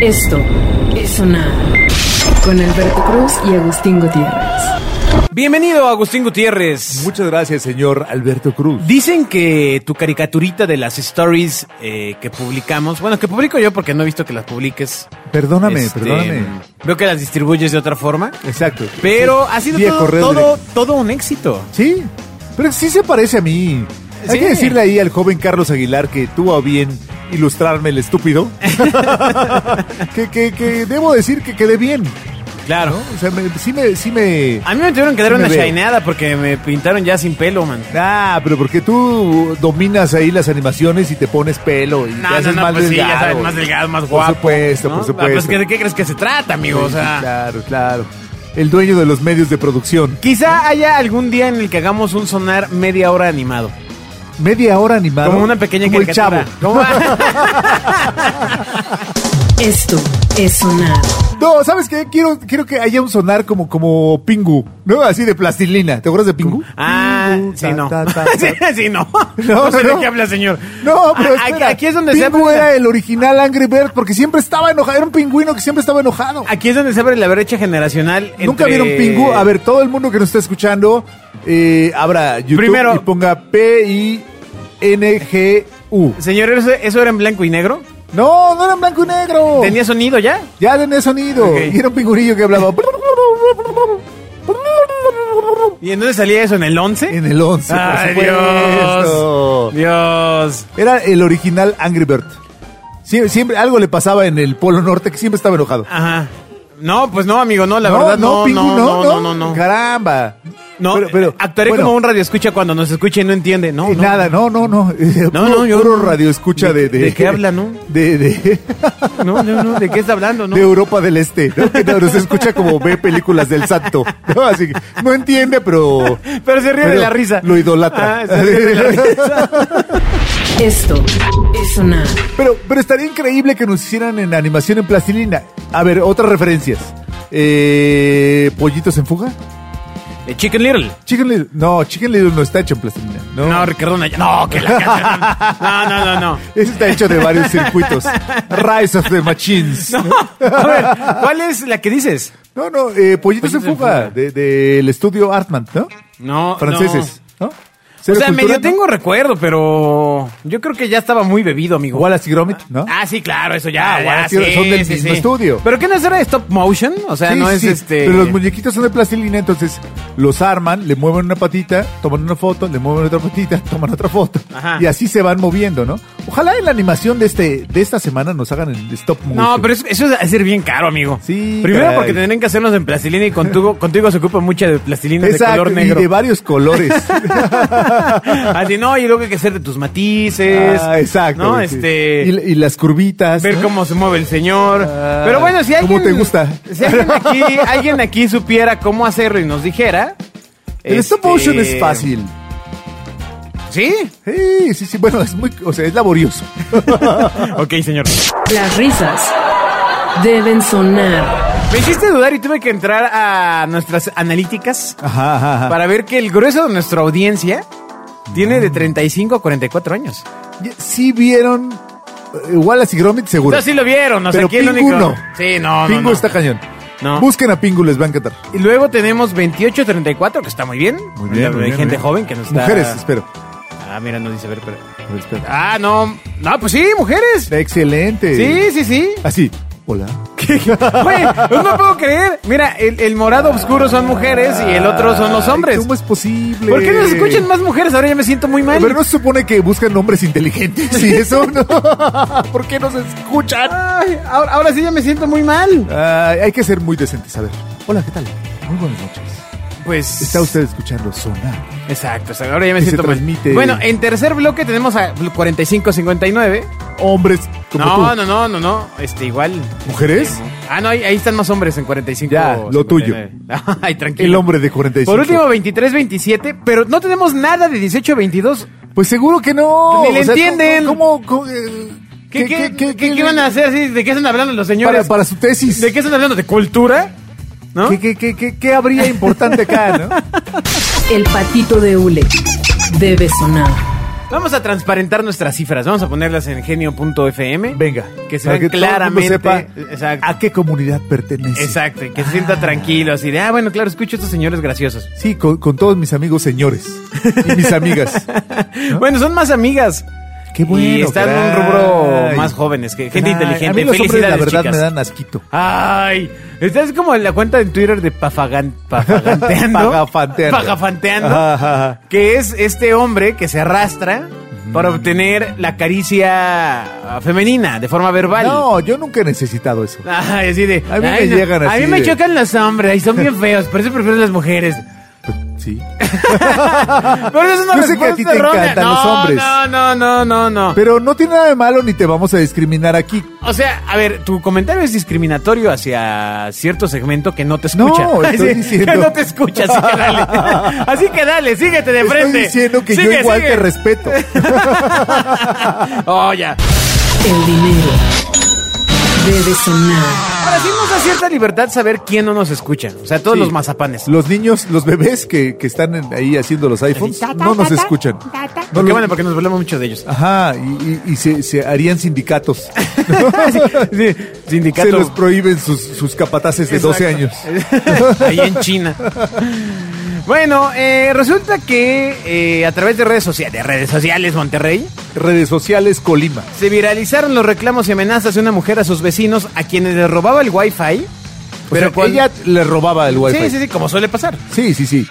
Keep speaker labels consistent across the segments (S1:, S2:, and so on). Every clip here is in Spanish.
S1: Esto es sonar con Alberto Cruz y Agustín Gutiérrez.
S2: Bienvenido, Agustín Gutiérrez.
S3: Muchas gracias, señor Alberto Cruz.
S2: Dicen que tu caricaturita de las stories eh, que publicamos, bueno, que publico yo porque no he visto que las publiques.
S3: Perdóname,
S2: este,
S3: perdóname.
S2: Veo que las distribuyes de otra forma,
S3: Exacto.
S2: pero
S3: Sí,
S2: ha sido
S3: vía
S2: todo,
S3: correo
S2: todo,
S3: directo.
S2: todo un éxito.
S3: Sí, pero sí se parece a mí. Hay
S2: Sí.
S3: que decirle ahí al joven Carlos Aguilar que tuvo a bien ilustrarme el estúpido. que, que, que debo decir que quedé bien.
S2: Claro.
S3: O sea, me- sí me... Sí me...
S2: A mí me tuvieron que dar
S3: Sí me
S2: una
S3: veo.
S2: shineada porque me pintaron ya sin pelo, man.
S3: Ah, pero porque tú dominas ahí las animaciones y te pones pelo y te
S2: No, no,
S3: haces
S2: no,
S3: más
S2: pues sí,
S3: delgado.
S2: ya sabes, más delgado, más
S3: Por
S2: guapo.
S3: supuesto,
S2: ¿no? Ah,
S3: por
S2: pues,
S3: supuesto.
S2: ¿De qué crees que se trata, amigo? O
S3: Sí,
S2: sea,
S3: Claro, claro. El dueño de los medios de producción.
S2: quizá haya algún día en el que hagamos un sonar media hora animado.
S3: Media hora animado.
S2: Como una pequeña
S3: como el
S2: caricatura.
S3: chavo.
S2: Como-
S1: Esto es sonar
S3: No, ¿sabes qué? Quiero, quiero que haya un sonar como, como Pingu, ¿no? Así de plastilina. ¿Te acuerdas de Pingu?
S2: Ah,
S3: Pingu,
S2: sí,
S3: ta,
S2: no.
S3: ta, ta,
S2: Sí,
S3: ta.
S2: sí, no.
S3: No,
S2: No sé
S3: no,
S2: de
S3: no.
S2: qué habla, señor.
S3: No, pero
S2: A- a-
S3: espera.
S2: Aquí es donde se
S3: Pingu
S2: abre
S3: era
S2: la-
S3: el original Angry Bird porque siempre estaba enojado. Era un pingüino que siempre estaba enojado.
S2: Aquí es donde se abre la brecha generacional.
S3: ¿Nunca
S2: entre-
S3: vieron Pingu? A ver, todo el mundo que nos está escuchando, eh, abra YouTube
S2: Primero-
S3: y ponga P-I-N-G-U.
S2: Señor, ¿eso, eso era en blanco y negro?
S3: No, no era en blanco y negro.
S2: ¿Tenía sonido ya?
S3: Ya tenía sonido.
S2: Ok.
S3: Y era un pingüinillo que hablaba.
S2: ¿Y entonces salía eso en el 11?
S3: En el 11, por
S2: ¡Ay,
S3: supuesto.
S2: Dios! ¡Dios!
S3: Era el original Angry Bird. Sie- siempre algo le pasaba en el Polo Norte que siempre estaba enojado.
S2: Ajá. No, pues no, amigo, no, Ah, la verdad no,
S3: Pingu,
S2: no, no, no, no, no.
S3: Caramba.
S2: No,
S3: Pero- pero,
S2: actuaré
S3: bueno,
S2: como un radio escucha cuando nos escuche y no entiende, ¿no?
S3: eh,
S2: no.
S3: Nada, no, no, no.
S2: No,
S3: No,
S2: no,
S3: no,
S2: yo-
S3: Puro radio escucha
S2: ¿De-
S3: de,
S2: de qué habla, no?
S3: De, de,
S2: No, no, no, ¿de qué está hablando, no?
S3: de Europa del Este. ¿no? Que nos escucha como ve películas del santo. ¿no? Así que no entiende, pero...
S2: Pero se ríe de
S3: pero
S2: la risa.
S3: Lo idolatra.
S2: Ah, se ríe de la risa.
S1: Esto es sonar
S3: Pero, pero estaría increíble que nos hicieran en animación en plastilina. A ver, otras referencias. Eh, ¿Pollitos en fuga?
S2: De Chicken Little.
S3: Chicken Little. No, Chicken Little no está hecho en plastilina. No.
S2: No, Ricardo Naya- No, que la canción. No, no, no, no.
S3: Ese está hecho de varios circuitos. Rise of the Machines. No,
S2: A ver, ¿cuál es la que dices?
S3: no, eh, Pollitos, en fuga, del estudio Artman, ¿no?
S2: No,
S3: Franceses, ¿no?
S2: no. O
S3: Cero
S2: sea,
S3: cultura,
S2: medio
S3: ¿no?
S2: tengo recuerdo, pero yo creo que ya estaba muy bebido, amigo.
S3: Wallace y Gromit, ¿no?
S2: Ah, sí, claro, eso ya.
S3: Ah,
S2: ya,
S3: bueno,
S2: sí,
S3: son del
S2: sí,
S3: mismo
S2: sí.
S3: estudio.
S2: ¿Pero qué no era de stop motion? O sea,
S3: Sí,
S2: no
S3: sí,
S2: es
S3: sí.
S2: este.
S3: Pero los muñequitos son de plastilina, entonces los arman, le mueven una patita, toman una foto, le mueven otra patita, toman otra foto.
S2: Ajá.
S3: Y así se van moviendo, ¿no? Ojalá en la animación de este de esta semana nos hagan el stop motion.
S2: No, pero eso, eso va a ser bien caro, amigo.
S3: Sí,
S2: Primero
S3: caray.
S2: porque tendrían que hacernos en plastilina y contigo, contigo se ocupa mucha de plastilina de
S3: Exacto,
S2: color
S3: y
S2: negro.
S3: de varios colores.
S2: Así, no, y luego hay que hacer de tus matices.
S3: Ah, exacto.
S2: ¿No?
S3: sí.
S2: Este.
S3: y, y las curvitas.
S2: Ver
S3: ¿no?
S2: cómo se mueve el señor.
S3: Ah,
S2: Pero bueno, si alguien.
S3: ¿cómo te gusta?
S2: Si alguien aquí, alguien aquí supiera cómo hacerlo y nos dijera.
S3: El stop
S2: este,
S3: motion es fácil.
S2: ¿Sí?
S3: Sí, sí, sí. Bueno, es muy, o sea, es laborioso.
S2: Ok, señor.
S1: Las risas deben sonar.
S2: Me hiciste dudar y tuve que entrar a nuestras analíticas
S3: Ajá, ajá, ajá.
S2: para ver que el grueso de nuestra audiencia tiene de 35 a 44 años.
S3: Sí vieron eh, Wallace y Gromit seguro.
S2: No, sí lo vieron, o sea,
S3: Pero
S2: aquí el
S3: Pingu
S2: único.
S3: no.
S2: Sí, no, no,
S3: Pingu
S2: no.
S3: está cañón.
S2: No.
S3: Busquen a Pingu, les va a encantar.
S2: Y luego tenemos 28 a 34, que está muy bien.
S3: Muy bien,
S2: Hay
S3: muy bien,
S2: gente
S3: muy bien.
S2: joven que nos está.
S3: Mujeres, espero.
S2: Ah, mira, no dice, a ver, espera.
S3: A ver, espero.
S2: Ah, no. No, pues sí, mujeres.
S3: Excelente.
S2: Sí, sí, sí.
S3: Así. Hola.
S2: Güey, no me puedo creer. Mira, el, el morado oscuro son mujeres y el otro son los
S3: Ay,
S2: hombres.
S3: ¿Cómo es posible?
S2: ¿Por qué no se escuchan más mujeres? Ahora ya me siento muy mal.
S3: Pero no se supone que buscan hombres inteligentes y eso no. ¿Por qué no se escuchan?
S2: Ay, ahora, ahora sí ya me siento muy mal.
S3: Ay, hay que ser muy decentes. A ver. Hola, ¿qué tal? Muy buenas noches.
S2: Pues.
S3: Está usted escuchando sonar.
S2: Exacto, o sea, ahora ya me
S3: Y se
S2: siento mal.
S3: transmite.
S2: Bueno, en tercer bloque tenemos a 45-59.
S3: Hombres como
S2: No,
S3: tú.
S2: no, no, no, no. Este, igual.
S3: ¿Mujeres?
S2: Ah, no, ahí, ahí están más hombres en 45.
S3: Ya, lo
S2: 59. Ay, tranquilo.
S3: El hombre de 45.
S2: Por último, 23-27, pero no tenemos nada de 18-22.
S3: Pues seguro que no.
S2: Ni le
S3: O sea,
S2: entienden.
S3: ¿Cómo? cómo- cómo, eh,
S2: ¿Qué, qué, qué, qué iban a hacer? así? ¿De qué están hablando los
S3: para,
S2: señores?
S3: para su tesis.
S2: ¿De qué están hablando? ¿De cultura? ¿No?
S3: ¿Qué, qué, qué, qué, qué habría importante acá, no?
S1: El patito de hule debe sonar.
S2: Vamos a transparentar nuestras cifras. Vamos a ponerlas en genio.fm.
S3: Venga.
S2: Que se
S3: para
S2: vean
S3: que todo el mundo
S2: claramente.
S3: sepa
S2: exacto.
S3: a qué comunidad pertenece.
S2: Exacto, y que se sienta tranquilo, así de, ah, bueno, claro, escucho a estos señores graciosos.
S3: Sí, con, con todos mis amigos señores y mis amigas.
S2: Bueno, son más amigas.
S3: Qué bueno.
S2: Y están en un
S3: caray.
S2: rubro más jóvenes, que gente
S3: Caray,
S2: inteligente.
S3: A mí los hombres,
S2: Felicidades,
S3: la verdad,
S2: chicas.
S3: me dan asquito.
S2: Ay, estás como en la cuenta de Twitter de pafagan, pagafanteando.
S3: Pagafanteando.
S2: Pagafanteando,
S3: Ajá, ajá, ajá.
S2: Que es este hombre que se arrastra para obtener la caricia ah, femenina de forma verbal.
S3: No, yo nunca he necesitado eso.
S2: Ay, así de.
S3: A mí
S2: ay,
S3: me llegan
S2: A mí
S3: así
S2: me
S3: de-
S2: chocan los hombres, y son bien feos, por eso prefiero las mujeres.
S3: Sí.
S2: Pero eso es una
S3: Yo sé que a ti
S2: respuesta
S3: te
S2: errónea.
S3: encantan los
S2: No,
S3: hombres.
S2: No, no, no, no, no.
S3: Pero no tiene nada de malo ni te vamos a discriminar aquí.
S2: O sea, a ver, tu comentario es discriminatorio hacia cierto segmento que no te escucha.
S3: No, estoy
S2: Así-
S3: diciendo-
S2: Que no te escucha, así que dale. así que dale, síguete de
S3: Estoy
S2: frente.
S3: diciendo que yo
S2: Sigue,
S3: igual
S2: sigue.
S3: te respeto.
S2: Oh, ya.
S1: El dinero debe sonar.
S2: Ahora sí nos da cierta libertad saber quién no nos escucha. O sea, todos
S3: Sí.
S2: los mazapanes.
S3: Los niños, los bebés que, que están en- ahí haciendo los iPhones, no nos escuchan. No
S2: Qué
S3: lo-
S2: bueno, porque nos volvemos mucho de ellos.
S3: Ajá, y, y- y se, se harían sindicatos.
S2: Sí, sindicato.
S3: Ah. Se los prohíben sus, sus capataces de 12 años.
S2: años. Ahí en China. Bueno, eh, resulta que eh, a través de redes sociales, de redes sociales Monterrey,
S3: Redes sociales Colima.
S2: se viralizaron los reclamos y amenazas de una mujer a sus vecinos a quienes les robaba el wifi.
S3: O sea,
S2: cuando-
S3: ella le robaba el wifi.
S2: Sí, sí, sí, como suele pasar.
S3: Sí, sí, sí.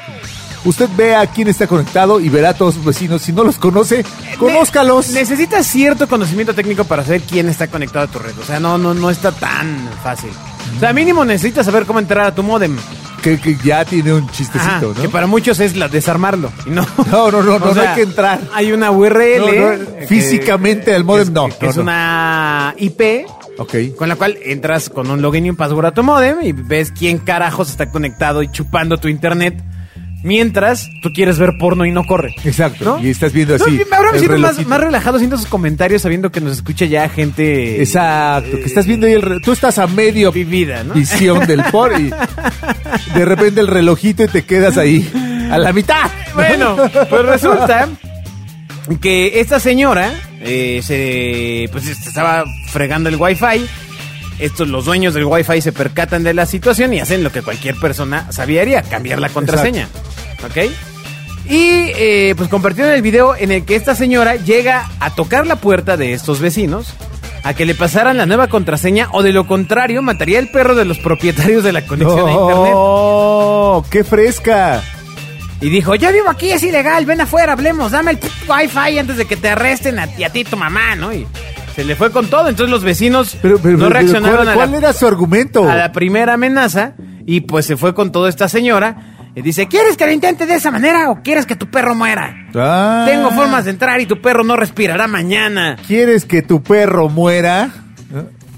S3: Usted vea quién está conectado y verá a todos sus vecinos. Si no los conoce, conózcalos.
S2: Ne- necesitas cierto conocimiento técnico para saber quién está conectado a tu red. O sea, no, no, no está tan fácil. O sea, mínimo necesitas saber cómo entrar a tu modem.
S3: Que, que ya tiene un
S2: Ajá,
S3: chistecito,
S2: Que
S3: ¿no?
S2: para muchos es la desarmarlo. y no.
S3: No, no, no,
S2: O
S3: no, no
S2: sea,
S3: hay que entrar.
S2: Hay una URL.
S3: No, no,
S2: que-
S3: físicamente al
S2: que
S3: módem,
S2: es-
S3: no,
S2: que
S3: no,
S2: es
S3: no.
S2: una IP
S3: Ok.
S2: con la cual entras con un login y un password a tu modem y ves quién carajos está conectado y chupando tu internet. Mientras tú quieres ver porno y no corre.
S3: Exacto,
S2: ¿no?
S3: y estás viendo
S2: No,
S3: así
S2: me- ahora me
S3: el
S2: siento más,
S3: relojito.
S2: más relajado haciendo sus comentarios sabiendo que nos escucha ya gente. eh,
S3: Exacto, que estás viendo ahí el re- Tú estás a medio
S2: Vivida, ¿no?
S3: visión del por y de repente el relojito y te quedas ahí a la mitad.
S2: Bueno, pues resulta que esta señora eh, se pues se estaba fregando el wifi. Estos los dueños del wifi se percatan de la situación y hacen lo que cualquier persona sabía haría, cambiar la contraseña. ¿Ok? Y eh, pues compartieron el video en el que esta señora llega a tocar la puerta de estos vecinos a que le pasaran la nueva contraseña o de lo contrario mataría el perro de los propietarios de la conexión a internet.
S3: No, qué fresca.
S2: Y dijo, yo vivo aquí, es ilegal, ven afuera, hablemos, dame el p- wifi antes de que te arresten a ti, a ti y tu mamá, ¿no? Y se le fue con todo, entonces los vecinos
S3: Pero, pero,
S2: no
S3: pero,
S2: reaccionaron
S3: ¿cuál,
S2: a,
S3: cuál
S2: la,
S3: era su argumento?
S2: a la primera amenaza y pues se fue con toda esta señora. Y dice, ¿quieres que lo intente de esa manera o quieres que tu perro muera?
S3: Ah.
S2: Tengo formas de entrar y tu perro no respirará mañana.
S3: ¿Quieres que tu perro muera?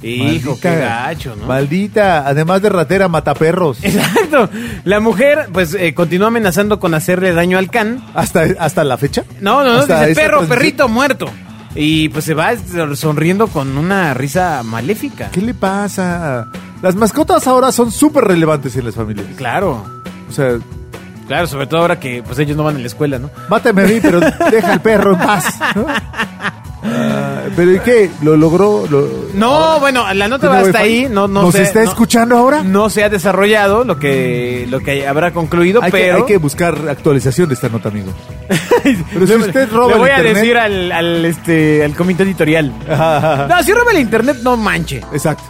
S2: Hijo, qué gacho, ¿no?
S3: Maldita, además de ratera, mata perros.
S2: Exacto. La mujer pues eh, continuó amenazando con hacerle daño al can.
S3: ¿Hasta, ¿Hasta la fecha?
S2: No, no, no,
S3: ¿Hasta
S2: dice
S3: esa
S2: perro,
S3: transmisión?
S2: perrito muerto. Y pues se va sonriendo con una risa maléfica.
S3: ¿Qué le pasa? Las mascotas ahora son súper relevantes en las familias.
S2: Claro,
S3: O sea,
S2: claro, sobre todo ahora que pues ellos no van a la escuela, ¿no?
S3: mátame a mí, pero deja al perro en paz. ¿no? Ah, ¿Pero y qué? ¿Lo logró? ¿Lo-
S2: No, bueno, la nota va
S3: ¿Tiene
S2: hasta
S3: wifi?
S2: ahí, no, no
S3: ¿Nos
S2: sé,
S3: está
S2: no-
S3: escuchando ahora?
S2: No se ha desarrollado lo que, lo que habrá concluido,
S3: hay, que,
S2: pero...
S3: hay que buscar actualización de esta nota, amigo. Pero si usted roba
S2: Le voy
S3: el
S2: a
S3: internet-
S2: decir al, al, este, al comité editorial.
S3: Ajá, ajá, ajá.
S2: No, si roba el internet, no manche.
S3: Exacto.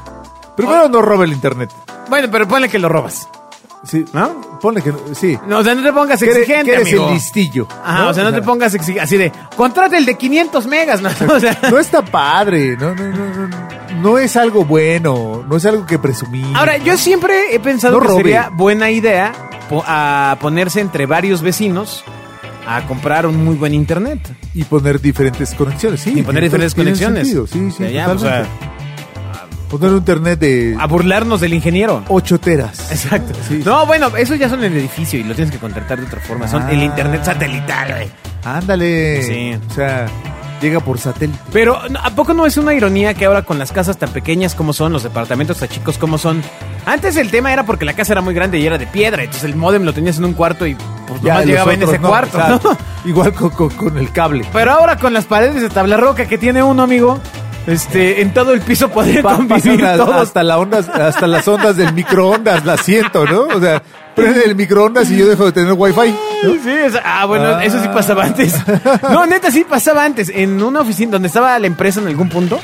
S3: Primero no roba el internet.
S2: Bueno, pero ponle que lo robas.
S3: Sí.
S2: ¿No?
S3: Ponle que no- sí.
S2: No, o sea, no te pongas
S3: Que eres-
S2: exigente,
S3: que eres
S2: amigo.
S3: el listillo.
S2: Ajá,
S3: ¿no?
S2: o sea, no te pongas exi- así de, contrate el de 500 megas, ¿no? O sea,
S3: No está padre, no, no, no, no, no es algo bueno, no es algo que presumir.
S2: ahora, yo siempre he pensado
S3: No
S2: que
S3: robe.
S2: sería buena idea po- a ponerse entre varios vecinos a comprar un muy buen internet
S3: Y poner diferentes conexiones, sí.
S2: y poner diferentes
S3: tiene
S2: conexiones.
S3: sentido, Sí, sí,
S2: O sea, ya, pues, o sea,
S3: totalmente. Poner un internet de
S2: a burlarnos del ingeniero.
S3: 8 teras.
S2: Exacto.
S3: Sí.
S2: No, bueno, esos ya son en el edificio y lo tienes que contratar de otra forma. Son
S3: Ah.
S2: el internet satelital, güey.
S3: Ándale.
S2: Sí.
S3: O sea, llega por satélite.
S2: Pero, ¿no- ¿a poco no es una ironía que ahora con las casas tan pequeñas como son, los departamentos tan chicos como son, Antes el tema era porque la casa era muy grande y era de piedra, entonces el modem lo tenías en un cuarto y pues
S3: Ya,
S2: nomás
S3: los
S2: llegaba en
S3: otros
S2: ese
S3: no,
S2: cuarto.
S3: exacto.
S2: ¿no?
S3: Igual con, con- con el cable.
S2: Pero ahora con las paredes de tabla roca que tiene uno, amigo, este, en todo el piso podría
S3: Pa-
S2: convivir
S3: pasan a-
S2: todos.
S3: hasta, la onda, hasta las ondas del microondas, la siento, ¿no? O sea, prende el microondas y yo dejo de tener wifi. ¿no?
S2: Sí, o sea, ah, bueno,
S3: Ah.
S2: eso sí pasaba antes. No, neta, sí pasaba antes. En una oficina donde estaba la empresa en algún punto,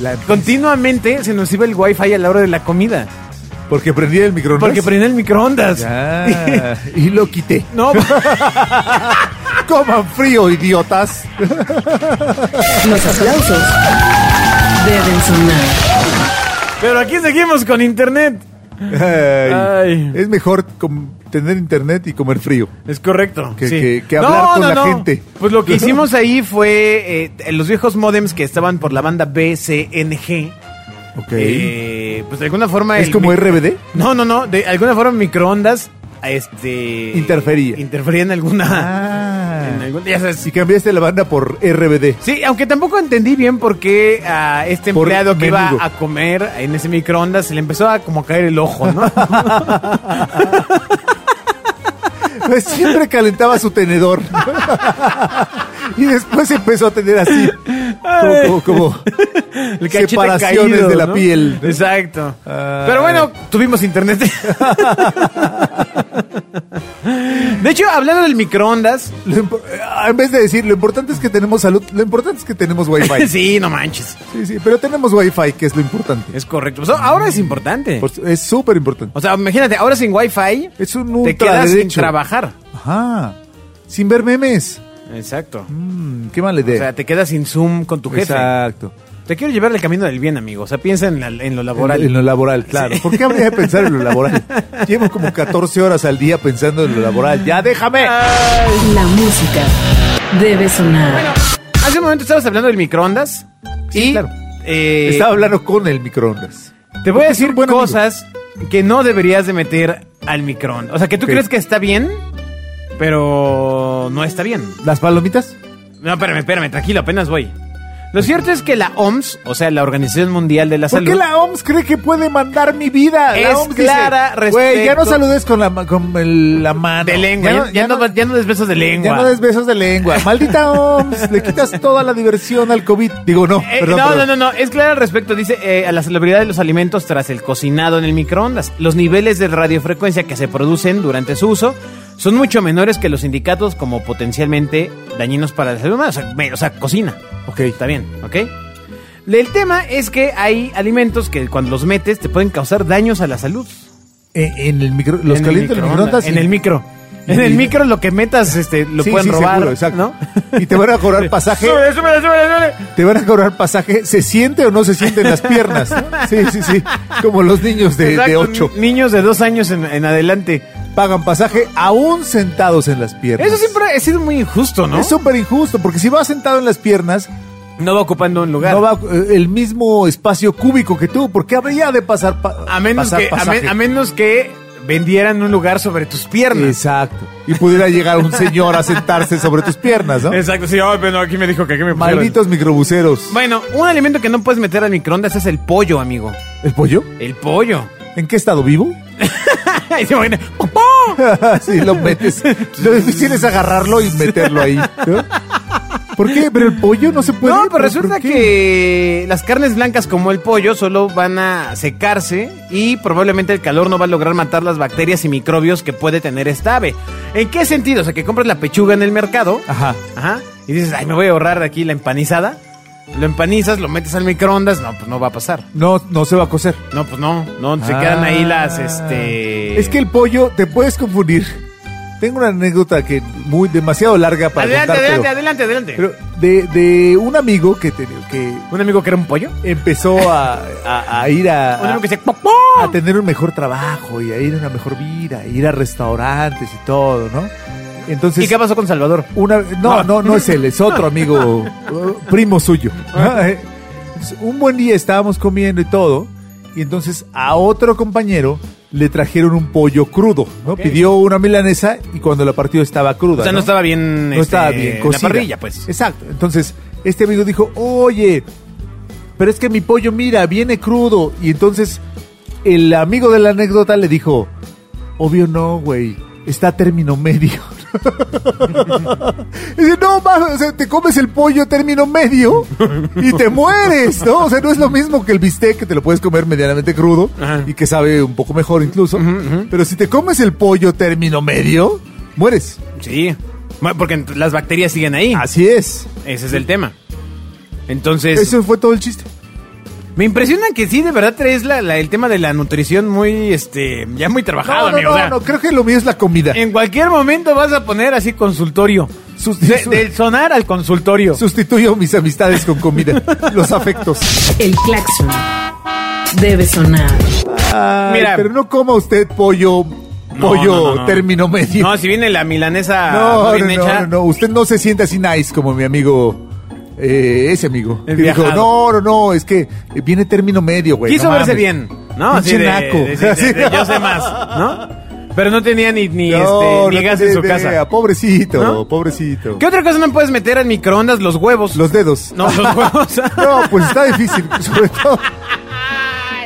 S3: La-
S2: continuamente se nos iba el wifi a la hora de la comida.
S3: porque prendí el microondas.
S2: Porque prendía el microondas.
S3: Ya, y lo quité.
S2: No,
S3: Coman frío, idiotas.
S1: Los aplausos deben sonar.
S2: pero aquí seguimos con internet.
S3: Ay,
S2: Ay.
S3: Es mejor com- tener internet y comer frío.
S2: Es correcto.
S3: Que- que- que hablar con la gente.
S2: Pues lo que hicimos ahí fue eh, los viejos modems que estaban por la banda BCNG.
S3: Ok.
S2: eh, pues de alguna forma.
S3: es
S2: el
S3: como
S2: mic-
S3: RBD.
S2: No, no, no. De alguna forma microondas. Este.
S3: Interfería.
S2: Interfería en alguna.
S3: Ah.
S2: en algún- ya sabes.
S3: Si cambiaste la banda por RBD.
S2: Sí, aunque tampoco entendí bien por qué a este
S3: Por
S2: empleado que iba
S3: menudo.
S2: a comer en ese microondas se le empezó a como caer el ojo, ¿no?
S3: Pues siempre calentaba su tenedor. y después empezó a tener así. Como, como, como
S2: El cachete
S3: separaciones
S2: caído,
S3: de la
S2: ¿no?
S3: piel. ¿no?
S2: Exacto.
S3: Ah.
S2: Pero bueno, tuvimos internet. de hecho, hablando del microondas.
S3: Lo impo- eh, en vez de decir, lo importante es que tenemos salud, lo importante es que tenemos wifi. sí.
S2: Sí, no manches.
S3: sí, pero tenemos wifi, que es lo importante.
S2: Es correcto. Pues ahora es importante.
S3: Por su- Es súper importante.
S2: O sea, imagínate, ahora sin wifi
S3: Pues, Es un
S2: te quedas sin
S3: ultraderecho.
S2: trabajar.
S3: Ajá. Sin ver memes.
S2: Exacto.
S3: Mm, qué mala
S2: O
S3: idea.
S2: sea, te quedas sin Zoom con tu jefe.
S3: Exacto.
S2: Te quiero llevar el camino del bien, amigo. O sea, piensa en, la- en lo laboral.
S3: En, en lo laboral, claro. ¿Por qué habría de pensar en lo laboral? Llevo como 14 horas al día pensando en lo laboral. Ya déjame.
S2: Ah.
S1: La música debe sonar.
S2: Hace un momento estabas hablando del microondas.
S3: Sí,
S2: y,
S3: claro.
S2: eh,
S3: Estaba hablando con el microondas.
S2: Te voy a decir
S3: buen amigo.
S2: cosas que no deberías de meter al microondas. O sea, que tú
S3: Ok.
S2: crees que está bien, pero no está bien.
S3: ¿Las palomitas?
S2: No, espérame, espérame, tranquilo, apenas voy. Lo cierto es que la OMS, o sea, la Organización Mundial de la
S3: ¿Por
S2: Salud...
S3: qué la OMS cree que puede mandar mi vida?
S2: Es
S3: la OMS
S2: clara
S3: dice, Güey, ya no
S2: respecto-
S3: saludes con la, ma- con el- la mano.
S2: De lengua, ya, ya no, ya no des besos de lengua.
S3: Ya no des besos de lengua. Maldita OMS, le quitas toda la diversión al COVID. Digo, no,
S2: Eh,
S3: perdón.
S2: no,
S3: perdón.
S2: no, no, no, es clara al respecto, dice, eh, a la celebridad de los alimentos tras el cocinado en el microondas. Los niveles de radiofrecuencia que se producen durante su uso son mucho menores que los indicados como potencialmente dañinos para la salud humana. O sea, me- o sea, cocina.
S3: Ok.
S2: Está bien, ¿ok? El tema es que hay alimentos que cuando los metes te pueden causar daños a la salud.
S3: En, Eh, en el micro, los
S2: En el
S3: calientes en el microondas.
S2: En el micro. En el micro lo que metas este, lo
S3: Sí,
S2: pueden
S3: sí,
S2: robar,
S3: seguro, exacto.
S2: ¿no?
S3: Y te van a cobrar pasaje.
S2: Súbele, súbele, súbele, súbele.
S3: Te van a cobrar pasaje. ¿Se siente o no se sienten las piernas? ¿no? Sí, sí, sí. Como los niños de, de
S2: Exacto,
S3: 8.
S2: ni- Niños de dos años en, en adelante.
S3: Pagan pasaje aún sentados en las piernas.
S2: Eso siempre ha sido muy injusto, ¿no?
S3: Es súper injusto, porque si va sentado en las piernas,
S2: no va ocupando un lugar.
S3: no va eh, el mismo espacio cúbico que tú, porque habría de pasar pa-
S2: a, menos
S3: pasar
S2: que, a,
S3: pasaje.
S2: men- a menos que vendieran un lugar sobre tus piernas.
S3: Exacto. Y pudiera llegar un señor a sentarse sobre tus piernas, ¿no?
S2: Exacto, sí. ay, pero aquí me dijo que aquí me pusieron.
S3: Malditos microbuseros.
S2: Bueno, un alimento que no puedes meter al microondas es el pollo, amigo.
S3: ¿El pollo?
S2: El pollo.
S3: ¿En qué estado vivo?
S2: Ahí se imagina, ¡popó!
S3: si lo metes. Lo difícil es agarrarlo y meterlo ahí. ¿no? ¿Por qué? Pero el pollo no se puede.
S2: No, pero
S3: ¿Por-
S2: resulta
S3: Pues por qué?
S2: que las carnes blancas como el pollo solo van a secarse y probablemente el calor no va a lograr matar las bacterias y microbios que puede tener esta ave. ¿En qué sentido? O sea, que compras la pechuga en el mercado.
S3: Ajá.
S2: Ajá. Y dices, ay, me voy a ahorrar de aquí la empanizada. Lo empanizas, lo metes al microondas. No, pues no va a pasar.
S3: No, no se va a cocer.
S2: No, pues no. No, se
S3: Ah.
S2: quedan ahí las, este...
S3: Es que el pollo te puedes confundir. Tengo una anécdota que muy demasiado larga para
S2: Adelante,
S3: contar,
S2: adelante,
S3: pero-
S2: adelante, adelante.
S3: pero, de, de un amigo que, te- que
S2: ¿Un amigo que era un pollo?
S3: empezó a, a- a ir a,
S2: Un
S3: a-
S2: amigo que decía, ¡popó!
S3: a tener un mejor trabajo y a ir a una mejor vida, a ir a restaurantes y todo, ¿no? Entonces
S2: ¿Y qué pasó con Salvador?
S3: Una- no, no, no es él, es otro amigo, eh, primo suyo.
S2: Ah.
S3: Eh, Un buen día estábamos comiendo y todo, y entonces a otro compañero le trajeron un pollo crudo, ¿no?
S2: Ok.
S3: Pidió una milanesa y cuando la partió estaba cruda.
S2: O sea, no estaba bien,
S3: No
S2: este,
S3: estaba bien
S2: la
S3: cocida.
S2: parrilla, pues.
S3: Exacto. Entonces, este amigo dijo, oye, pero es que mi pollo, mira, viene crudo. Y entonces el amigo de la anécdota le dijo, obvio no, güey, está a término medio. Y dice, no, mames, o sea, te comes el pollo a término medio y te mueres, ¿no? O sea, no es lo mismo que el bistec, que te lo puedes comer medianamente crudo
S2: Ajá.
S3: y que sabe un poco mejor incluso. Pero si te comes el pollo a término medio, mueres.
S2: Sí. Bueno, Porque ent- las bacterias siguen ahí.
S3: Así es.
S2: Ese es el tema. Entonces,
S3: Eso fue todo el chiste.
S2: me impresiona que sí, de verdad traes la, la- el tema de la nutrición muy, este, ya muy trabajado,
S3: No, no,
S2: amigo.
S3: no,
S2: o sea,
S3: no, creo que lo mío es la comida.
S2: en cualquier momento vas a poner así consultorio.
S3: Susti-
S2: De- del sonar al consultorio.
S3: Sustituyo mis amistades con comida, los afectos.
S1: El claxon debe sonar.
S3: Ay,
S2: Mira.
S3: pero no coma usted pollo,
S2: No,
S3: pollo
S2: no, no, no.
S3: término medio.
S2: No, si viene la milanesa
S3: No, no,
S2: bien
S3: no,
S2: hecha,
S3: no, no, usted no se siente así nice como mi amigo, eh, ese amigo.
S2: El
S3: que dijo,
S2: viajado.
S3: no, no, no, es que viene término medio, güey.
S2: quiso
S3: no
S2: verse
S3: mames.
S2: bien, ¿no? Así
S3: Pinche
S2: de,
S3: naco.
S2: de- de- de- de- yo sé más, ¿no? Pero no tenía ni, ni,
S3: No,
S2: este, ni
S3: no
S2: gas
S3: tiene
S2: en su
S3: idea,
S2: casa.
S3: Pobrecito,
S2: ¿No?
S3: pobrecito.
S2: ¿Qué otra cosa no puedes meter al microondas? Los huevos.
S3: Los dedos.
S2: No, los huevos.
S3: No, pues está difícil, sobre todo.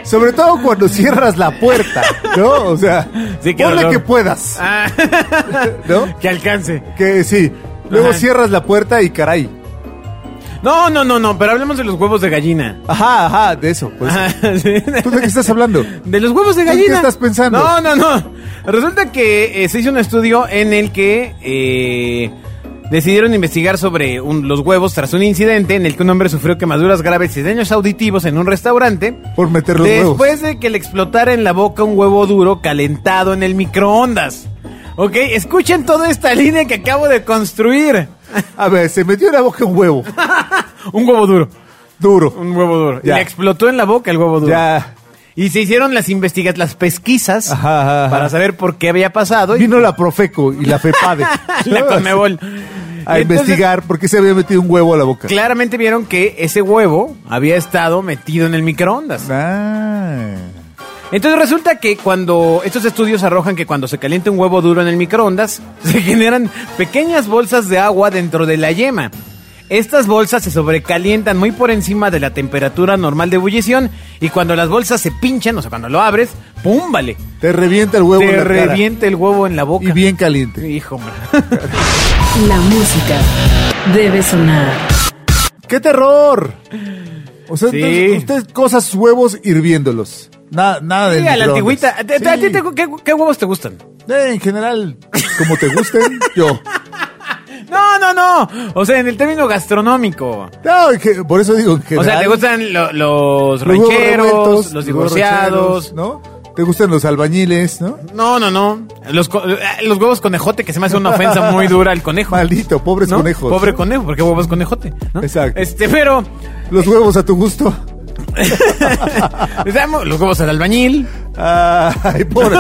S3: Sobre todo cuando cierras la puerta, ¿no? O sea,
S2: Sí, qué
S3: ponle
S2: dolor.
S3: que puedas,
S2: Ah,
S3: ¿no?
S2: que alcance.
S3: Que sí. Luego
S2: Ajá.
S3: cierras la puerta y caray.
S2: No, no, no, no, pero hablemos de los huevos de gallina.
S3: Ajá, ajá, de eso. Pues.
S2: Ajá, sí.
S3: ¿Tú de qué estás hablando?
S2: De los huevos de
S3: ¿Tú en
S2: gallina.
S3: qué estás pensando?
S2: No, no, no. Resulta que eh, se hizo un estudio en el que eh, decidieron investigar sobre un- los huevos tras un incidente en el que un hombre sufrió quemaduras graves y daños auditivos en un restaurante.
S3: Por meter los huevos.
S2: Después de que le explotara en la boca un huevo duro calentado en el microondas. Ok, escuchen toda esta línea que acabo de construir.
S3: A ver, se metió en la boca un huevo
S2: Un huevo duro.
S3: duro.
S2: Un huevo duro. Y
S3: Ya.
S2: le explotó en la boca el huevo duro.
S3: Ya.
S2: Y se hicieron las investigas, las pesquisas
S3: Ajá, ajá, ajá.
S2: para saber por qué había pasado. Y
S3: Vino la Profeco y la FEPADE.
S2: la Conmebol.
S3: A
S2: Entonces,
S3: investigar por qué se había metido un huevo a la boca.
S2: Claramente vieron que ese huevo había estado metido en el microondas.
S3: Ah.
S2: Entonces resulta que cuando estos estudios arrojan que cuando se calienta un huevo duro en el microondas, se generan pequeñas bolsas de agua dentro de la yema. Estas bolsas se sobrecalientan muy por encima de la temperatura normal de ebullición y cuando las bolsas se pinchan, o sea, cuando lo abres, ¡pum! Vale.
S3: Te revienta el huevo en
S2: Te
S3: la cara.
S2: revienta el huevo en la boca.
S3: Y bien caliente.
S2: Hijo, man.
S1: La música debe sonar.
S3: ¡Qué terror! O sea,
S2: Sí.
S3: entonces, usted cosa sus huevos hirviéndolos. Nada, nada de
S2: Sí, a la antigüita. ¿A, ti- a ti te- qué, qué huevos te gustan?
S3: Eh, En general, como te gusten, yo.
S2: No, no, no. O sea, en el término gastronómico.
S3: No, en ge- por eso digo en
S2: O
S3: general.
S2: sea, te gustan lo- los
S3: los huevos
S2: rancheros,
S3: revueltos,
S2: los
S3: los huevos
S2: divorciados.
S3: rancheros, ¿no? Te gustan los albañiles, ¿no?
S2: No, no, no. Los, co- eh, los huevos conejote, que se me hace una ofensa muy dura al conejo.
S3: Maldito, pobres
S2: ¿no?
S3: conejos.
S2: Pobre
S3: ¿no?
S2: conejo, porque huevos conejote. ¿no?
S3: Exacto.
S2: Este, pero.
S3: Los huevos a tu gusto.
S2: les damos los huevos al albañil.
S3: Ay, pobre.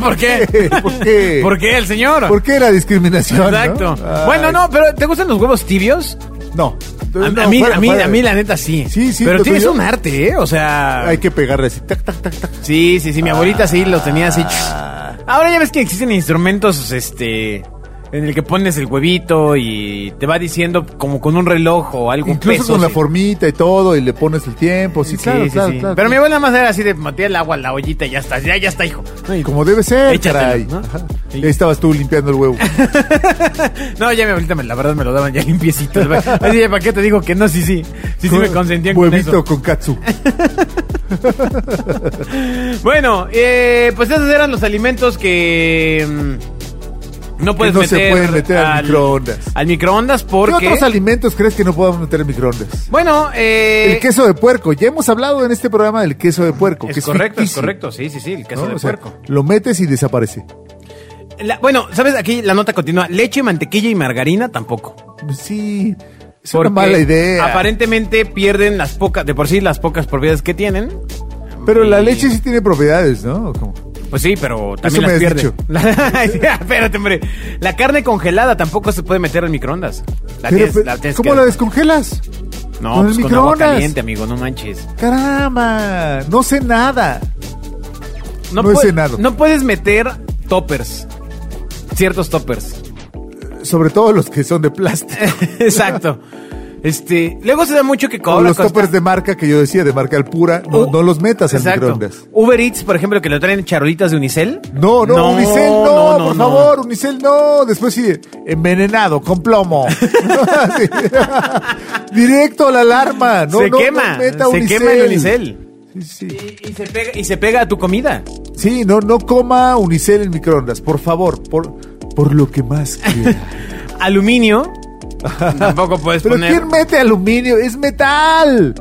S2: ¿Por qué?
S3: ¿Por qué?
S2: ¿Por qué el señor?
S3: ¿Por qué la discriminación?
S2: Exacto.
S3: ¿no? Ay,
S2: Bueno, no, pero ¿te gustan los huevos tibios?
S3: No.
S2: A, a
S3: No,
S2: mí,
S3: fuera,
S2: a, mí,
S3: fuera.
S2: a mí, la neta, sí.
S3: Sí, sí,
S2: Pero
S3: lo
S2: tienes
S3: tuyo.
S2: un arte, ¿eh? O sea.
S3: Hay que pegarle así. Tac, tac, tac, tac.
S2: Sí, sí, sí. Mi abuelita sí los tenía así.
S3: Ah.
S2: Ahora ya ves que existen instrumentos, este. En el que pones el huevito y te va diciendo como con un reloj o algo un
S3: Incluso
S2: peso,
S3: con la
S2: sí.
S3: formita y todo, y le pones el tiempo. Sí,
S2: Sí,
S3: claro,
S2: sí,
S3: claro,
S2: sí.
S3: claro.
S2: Pero mi abuela más era así de metía el agua a la ollita y ya está, ya, ya está, hijo.
S3: Como debe ser,
S2: Échatelo,
S3: caray.
S2: ¿no?
S3: Ajá.
S2: Sí.
S3: Y ahí estabas tú limpiando el huevo.
S2: No, ya mi abuelita, me, la verdad, me lo daban ya limpiecito. Así de, ¿para qué te digo que no? Sí, sí. Sí, sí, me consentían con
S3: Huevito
S2: eso.
S3: con katsu.
S2: Bueno, eh, pues esos eran los alimentos que mm, no puedes
S3: no
S2: meter
S3: se pueden meter al microondas.
S2: Al microondas
S3: ¿Qué
S2: porque
S3: otros alimentos crees que no podamos meter en microondas?
S2: bueno, eh,
S3: El queso de puerco. Ya hemos hablado en este programa del queso de puerco. que
S2: es correcto, es
S3: ficticio,
S2: correcto, sí, sí, sí, el queso
S3: ¿no?
S2: de
S3: O sea,
S2: puerco.
S3: lo metes y desaparece.
S2: La- bueno, sabes aquí la nota continúa, leche, mantequilla y margarina tampoco.
S3: Sí, es
S2: Porque
S3: una mala idea.
S2: Aparentemente pierden las pocas, de por sí las pocas propiedades que tienen.
S3: Pero la
S2: Y-
S3: leche sí tiene propiedades, ¿no? ¿O cómo?
S2: Pues sí, pero también
S3: me
S2: las
S3: has
S2: pierde.
S3: dicho.
S2: Sí, Espérate, hombre. La carne congelada tampoco se puede meter al microondas. La
S3: Pero,
S2: tienes-
S3: pe-
S2: la tienes
S3: ¿Cómo
S2: que-
S3: la descongelas?
S2: No,
S3: Con
S2: pues
S3: el
S2: con agua
S3: microondas.
S2: caliente, amigo, no manches.
S3: Caramba, no sé nada.
S2: No,
S3: No he
S2: pue-
S3: cenado.
S2: no puedes meter toppers. Ciertos toppers.
S3: Sobre todo los que son de plástico.
S2: Exacto. Este, luego se da mucho que
S3: O
S2: cobra.
S3: los
S2: costa-
S3: toppers de marca que yo decía, de marca Alpura, no,
S2: Uh,
S3: no los metas al
S2: exacto.
S3: microondas.
S2: Uber Eats, por ejemplo, que lo traen charolitas de unicel.
S3: No, no, Unicel no,
S2: no,
S3: por
S2: no.
S3: favor, Unicel no. Después sí, envenenado, con plomo. Sí. Directo a la alarma. No,
S2: se
S3: no, no
S2: quema,
S3: meta
S2: se
S3: Unicel.
S2: quema el unicel.
S3: Sí, sí.
S2: Y, y se pega, y se pega a tu comida.
S3: Sí, no, no coma Unicel en microondas, por favor, por, por lo que más quiera.
S2: Aluminio. Tampoco puedes
S3: Pero
S2: poner.
S3: ¿quién mete aluminio? ¡Es metal!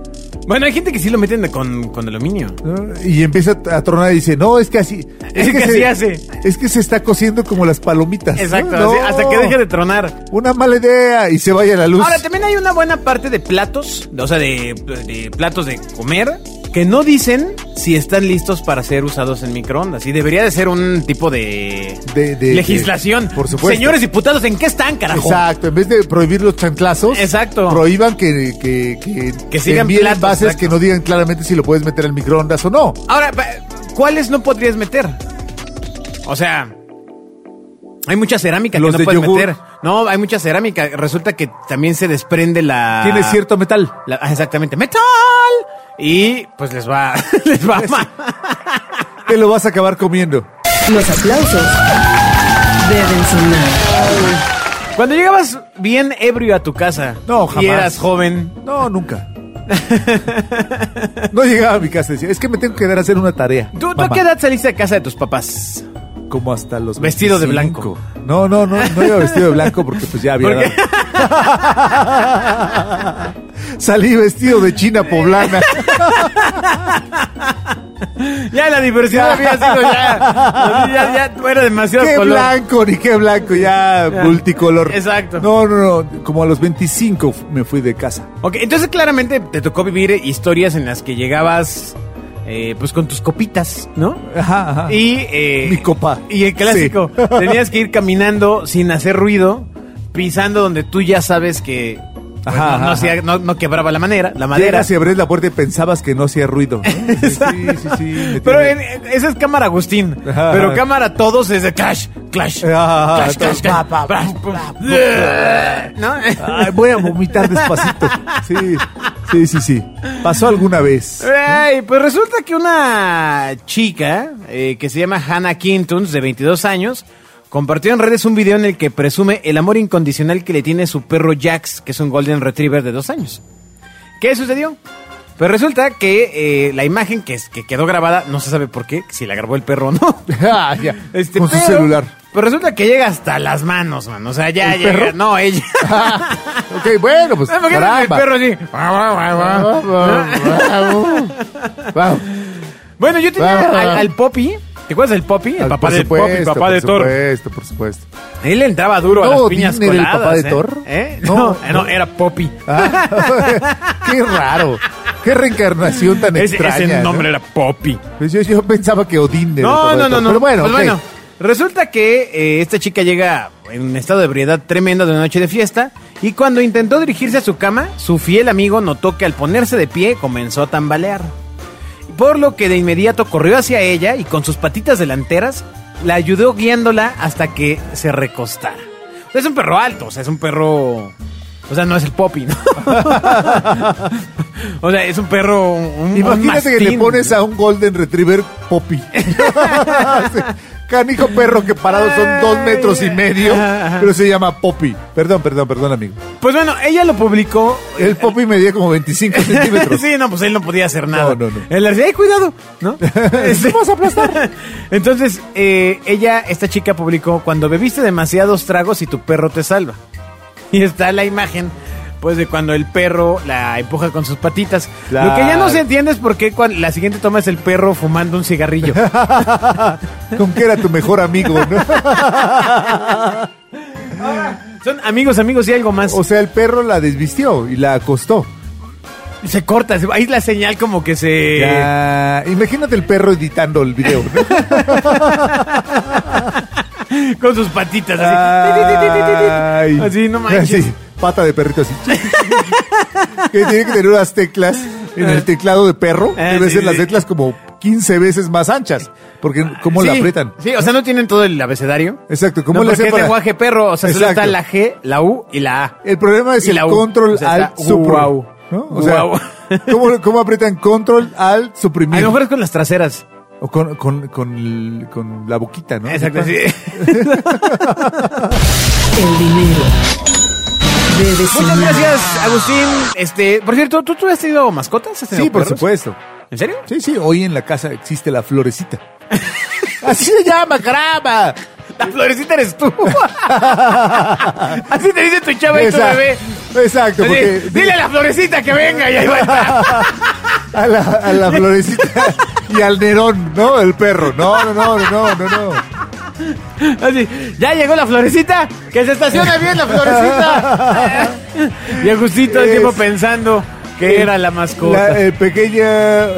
S2: Bueno, hay gente que sí lo meten de- con, con aluminio.
S3: ¿no? Y empieza a tronar y dice, no, es que así...
S2: Es que así hace.
S3: Es que se está cociendo como las palomitas. ¿no?
S2: Exacto,
S3: No,
S2: así, hasta que deje de tronar.
S3: Una mala idea y se vaya la luz.
S2: Ahora, también hay una buena parte de platos, o sea, de, de platos de comer, que no dicen si están listos para ser usados en microondas. Y debería de ser un tipo de,
S3: De- de-
S2: legislación.
S3: de- por supuesto.
S2: Señores diputados, ¿en qué están, carajo?
S3: Exacto, en vez de prohibir los chanclazos,
S2: Exacto.
S3: prohíban que, que, que,
S2: Que sigan
S3: envíen
S2: platos,
S3: envases
S2: exacto.
S3: que no digan claramente si lo puedes meter al microondas o no.
S2: Ahora, pa- ¿cuáles no podrías meter? O sea, hay mucha cerámica
S3: Los
S2: que no
S3: de
S2: puedes
S3: yogur.
S2: meter. No, hay mucha cerámica. Resulta que también se desprende la...
S3: Tiene cierto metal.
S2: la- ah, exactamente, metal. Y pues les va, les va mal.
S3: Te lo vas a acabar comiendo.
S1: Los aplausos deben sonar.
S2: Cuando llegabas bien ebrio a tu casa.
S3: No, jamás.
S2: Y eras joven.
S3: No, nunca. No llegaba a mi casa y decía, es que me tengo que quedar a hacer una tarea.
S2: ¿Tú, tú a
S3: mamá".
S2: qué edad saliste de casa de tus papás?
S3: Como hasta los
S2: Vestido de
S3: 25. No, no, no, no iba vestido de blanco porque pues ya había
S2: ¿Por qué?
S3: dado. Salí vestido de China poblana.
S2: Ya la diversidad
S3: Ya.
S2: había sido ya. Ya, ya era demasiado
S3: qué
S2: color.
S3: blanco, ni qué blanco, ya
S2: Ya.
S3: multicolor.
S2: Exacto.
S3: No, no, no, como a los 25 f- me fui de casa.
S2: Ok, entonces claramente te tocó vivir historias en las que llegabas eh, pues con tus copitas, ¿no?
S3: Ajá, ajá.
S2: Y eh,
S3: Ah. Mi copa.
S2: Y el clásico,
S3: Sí.
S2: tenías que ir caminando sin hacer ruido, pisando donde tú ya sabes que pues,
S3: Ajá,
S2: no, no
S3: ajá,
S2: hacía-
S3: ajá.
S2: no- no quebraba la manera, la madera.
S3: Llegas y abres la puerta y pensabas que no hacía ruido. ¿no? Sí, sí, sí. sí, me
S2: Pero
S3: tiene-
S2: en- en- esa es cámara Agustín.
S3: Ajá.
S2: Pero cámara todos es de clash, clash,
S3: Ah,
S2: clash, clash,
S3: todos,
S2: clash,
S3: pa, pa,
S2: clash,
S3: pa,
S2: pum,
S3: pa,
S2: ¿No?
S3: Ay, voy a vomitar despacito. Sí, sí, sí, sí. Pasó alguna vez.
S2: Ey, pues resulta que una chica eh, que se llama Hannah Quintuns, de 22 años, compartió en redes un video en el que presume el amor incondicional que le tiene su perro Jax, que es un Golden Retriever de 2 años. ¿Qué sucedió? Pues resulta que eh, la imagen que, es- que quedó grabada, no se sabe por qué, si la grabó el perro o no.
S3: Ah, ya.
S2: Este,
S3: Con su
S2: pero-
S3: celular.
S2: Pero resulta que llega hasta las manos, man. O sea, ya
S3: ¿El
S2: llega.
S3: perro?
S2: No, ella.
S3: Ok, bueno, pues.
S2: Imagínate el
S3: caramba. Ah, pues,
S2: perro Ah, así.
S3: Bravo, bravo.
S2: Bueno, yo tenía
S3: Ah.
S2: al, al Poppy. ¿Te acuerdas del Poppy? El papá
S3: Por
S2: de Poppy,
S3: supuesto,
S2: papá de
S3: Por
S2: Thor.
S3: supuesto, por supuesto.
S2: Él le entraba duro a
S3: No,
S2: las piñas
S3: Disney era el
S2: coladas.
S3: papá de
S2: ¿eh?
S3: Thor.
S2: ¿Eh? No,
S3: No,
S2: no,
S3: no.
S2: era Poppy.
S3: Ah, qué raro. Qué reencarnación tan
S2: Ese,
S3: extraña.
S2: ese
S3: ¿no?
S2: nombre era Poppy.
S3: Pues yo, yo pensaba que Odín era el
S2: No,
S3: papá de
S2: no, no,
S3: Thor,
S2: no.
S3: Pero bueno,
S2: Pues
S3: ok.
S2: bueno, resulta que eh, esta chica llega en un estado de ebriedad tremenda de una noche de fiesta y cuando intentó dirigirse a su cama, su fiel amigo notó que al ponerse de pie comenzó a tambalear. Por lo que de inmediato corrió hacia ella y con sus patitas delanteras la ayudó guiándola hasta que se recostara. Es un perro alto, o sea, es un perro... O sea, no es el Poppy, ¿no? o sea, es un perro... un- un
S3: Imagínate que le
S2: mastín.
S3: pones a un Golden Retriever Poppy. Sí. Canijo perro que parado son dos metros y medio, pero se llama Poppy. Perdón, perdón, perdón, amigo.
S2: Pues bueno, ella lo publicó
S3: El Poppy medía como 25 centímetros.
S2: sí, no, pues él no podía hacer nada.
S3: No, no, no.
S2: Él le decía, "Ay, cuidado! ¿No? Este- Entonces, eh, ella, esta chica publicó, cuando bebiste demasiados tragos y tu perro te salva. Y está la imagen, pues, de cuando el perro la empuja con sus patitas. Lo que ya no
S3: Claro.
S2: se entiende es por qué cuan- la siguiente toma es el perro fumando un cigarrillo.
S3: Con que era tu mejor amigo, ¿no?
S2: Son amigos, amigos y algo más.
S3: O sea, el perro la desvistió y la acostó.
S2: se corta, se- ahí es la señal como que se...
S3: Ya, Imagínate el perro editando el video, ¿no?
S2: Con sus patitas, así.
S3: Ah. Ay.
S2: Así, no manches.
S3: Así, pata de perrito así. que tiene que tener unas teclas en el teclado de perro.
S2: Ah,
S3: Deben
S2: sí,
S3: ser
S2: sí.
S3: las teclas como 15 veces más anchas. Porque cómo la
S2: Sí,
S3: aprietan.
S2: Sí, o sea, no tienen todo el abecedario.
S3: Exacto, ¿cómo
S2: No,
S3: le
S2: porque
S3: hacen
S2: es
S3: para-
S2: lenguaje perro, o sea, solo
S3: Exacto.
S2: está la G, la U y la A.
S3: El problema es
S2: Y
S3: el
S2: la U.
S3: control
S2: O sea,
S3: al
S2: está
S3: suprimir.
S2: guau.
S3: ¿no? O sea,
S2: Guau.
S3: ¿cómo, cómo aprietan control al suprimir?
S2: A lo mejor es con las traseras.
S3: O con, con, con, el- con la boquita, ¿no?
S2: Exacto, sí.
S1: El dinero debe
S2: Muchas
S1: sonar.
S2: gracias, Agustín. Este, por cierto, ¿tú, tú has tenido mascotas? ¿Has tenido
S3: Sí, por
S2: perros?
S3: supuesto.
S2: ¿En serio?
S3: Sí, sí, hoy en la casa existe la florecita. Así se llama, caramba.
S2: La florecita eres tú. Así te dice tu chava y tu
S3: Esa-
S2: bebé.
S3: Exacto,
S2: Así,
S3: porque
S2: Dile a la florecita que venga y ahí va a estar.
S3: a la, a la florecita y al Nerón, ¿no? El perro. No, no, no, no, no, no.
S2: Así, ya llegó la florecita. Que se estaciona bien la florecita. y Agustín todo el tiempo
S3: Es-
S2: pensando que
S3: Eh,
S2: era la mascota.
S3: La eh, pequeña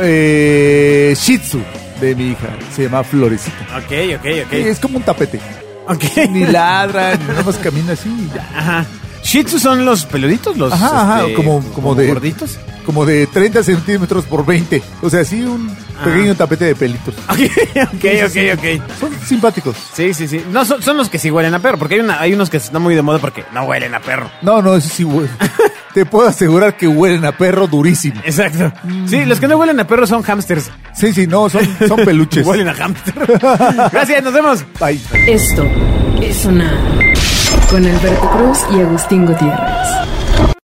S3: eh, Shih Tzu de mi hija se llama Florecita.
S2: ok, ok, ok.
S3: Es como un tapete.
S2: Ok.
S3: Ni ladra, ni nada más camina así. y ya.
S2: Ajá. Shih Tzu son los peluditos, los
S3: Ajá,
S2: este,
S3: ajá, como, como, de.
S2: gorditos.
S3: Como de 30 centímetros por 20. O sea, así un
S2: Ah.
S3: pequeño tapete de pelitos.
S2: Ok, ok, ok, ok.
S3: Son simpáticos.
S2: Sí, sí, sí. No, son, son los que sí huelen a perro, porque hay, una, hay unos que están muy de moda porque no huelen a perro.
S3: No, no, eso sí huele. Te puedo asegurar que huelen a perro durísimo.
S2: Exacto. Sí, los que no huelen a perro son hamsters.
S3: Sí, sí, no, son, son peluches.
S2: Huelen a hamster. Gracias, nos vemos.
S3: Ay,
S1: Esto es sonar. Con Alberto Cruz y Agustín Gutiérrez.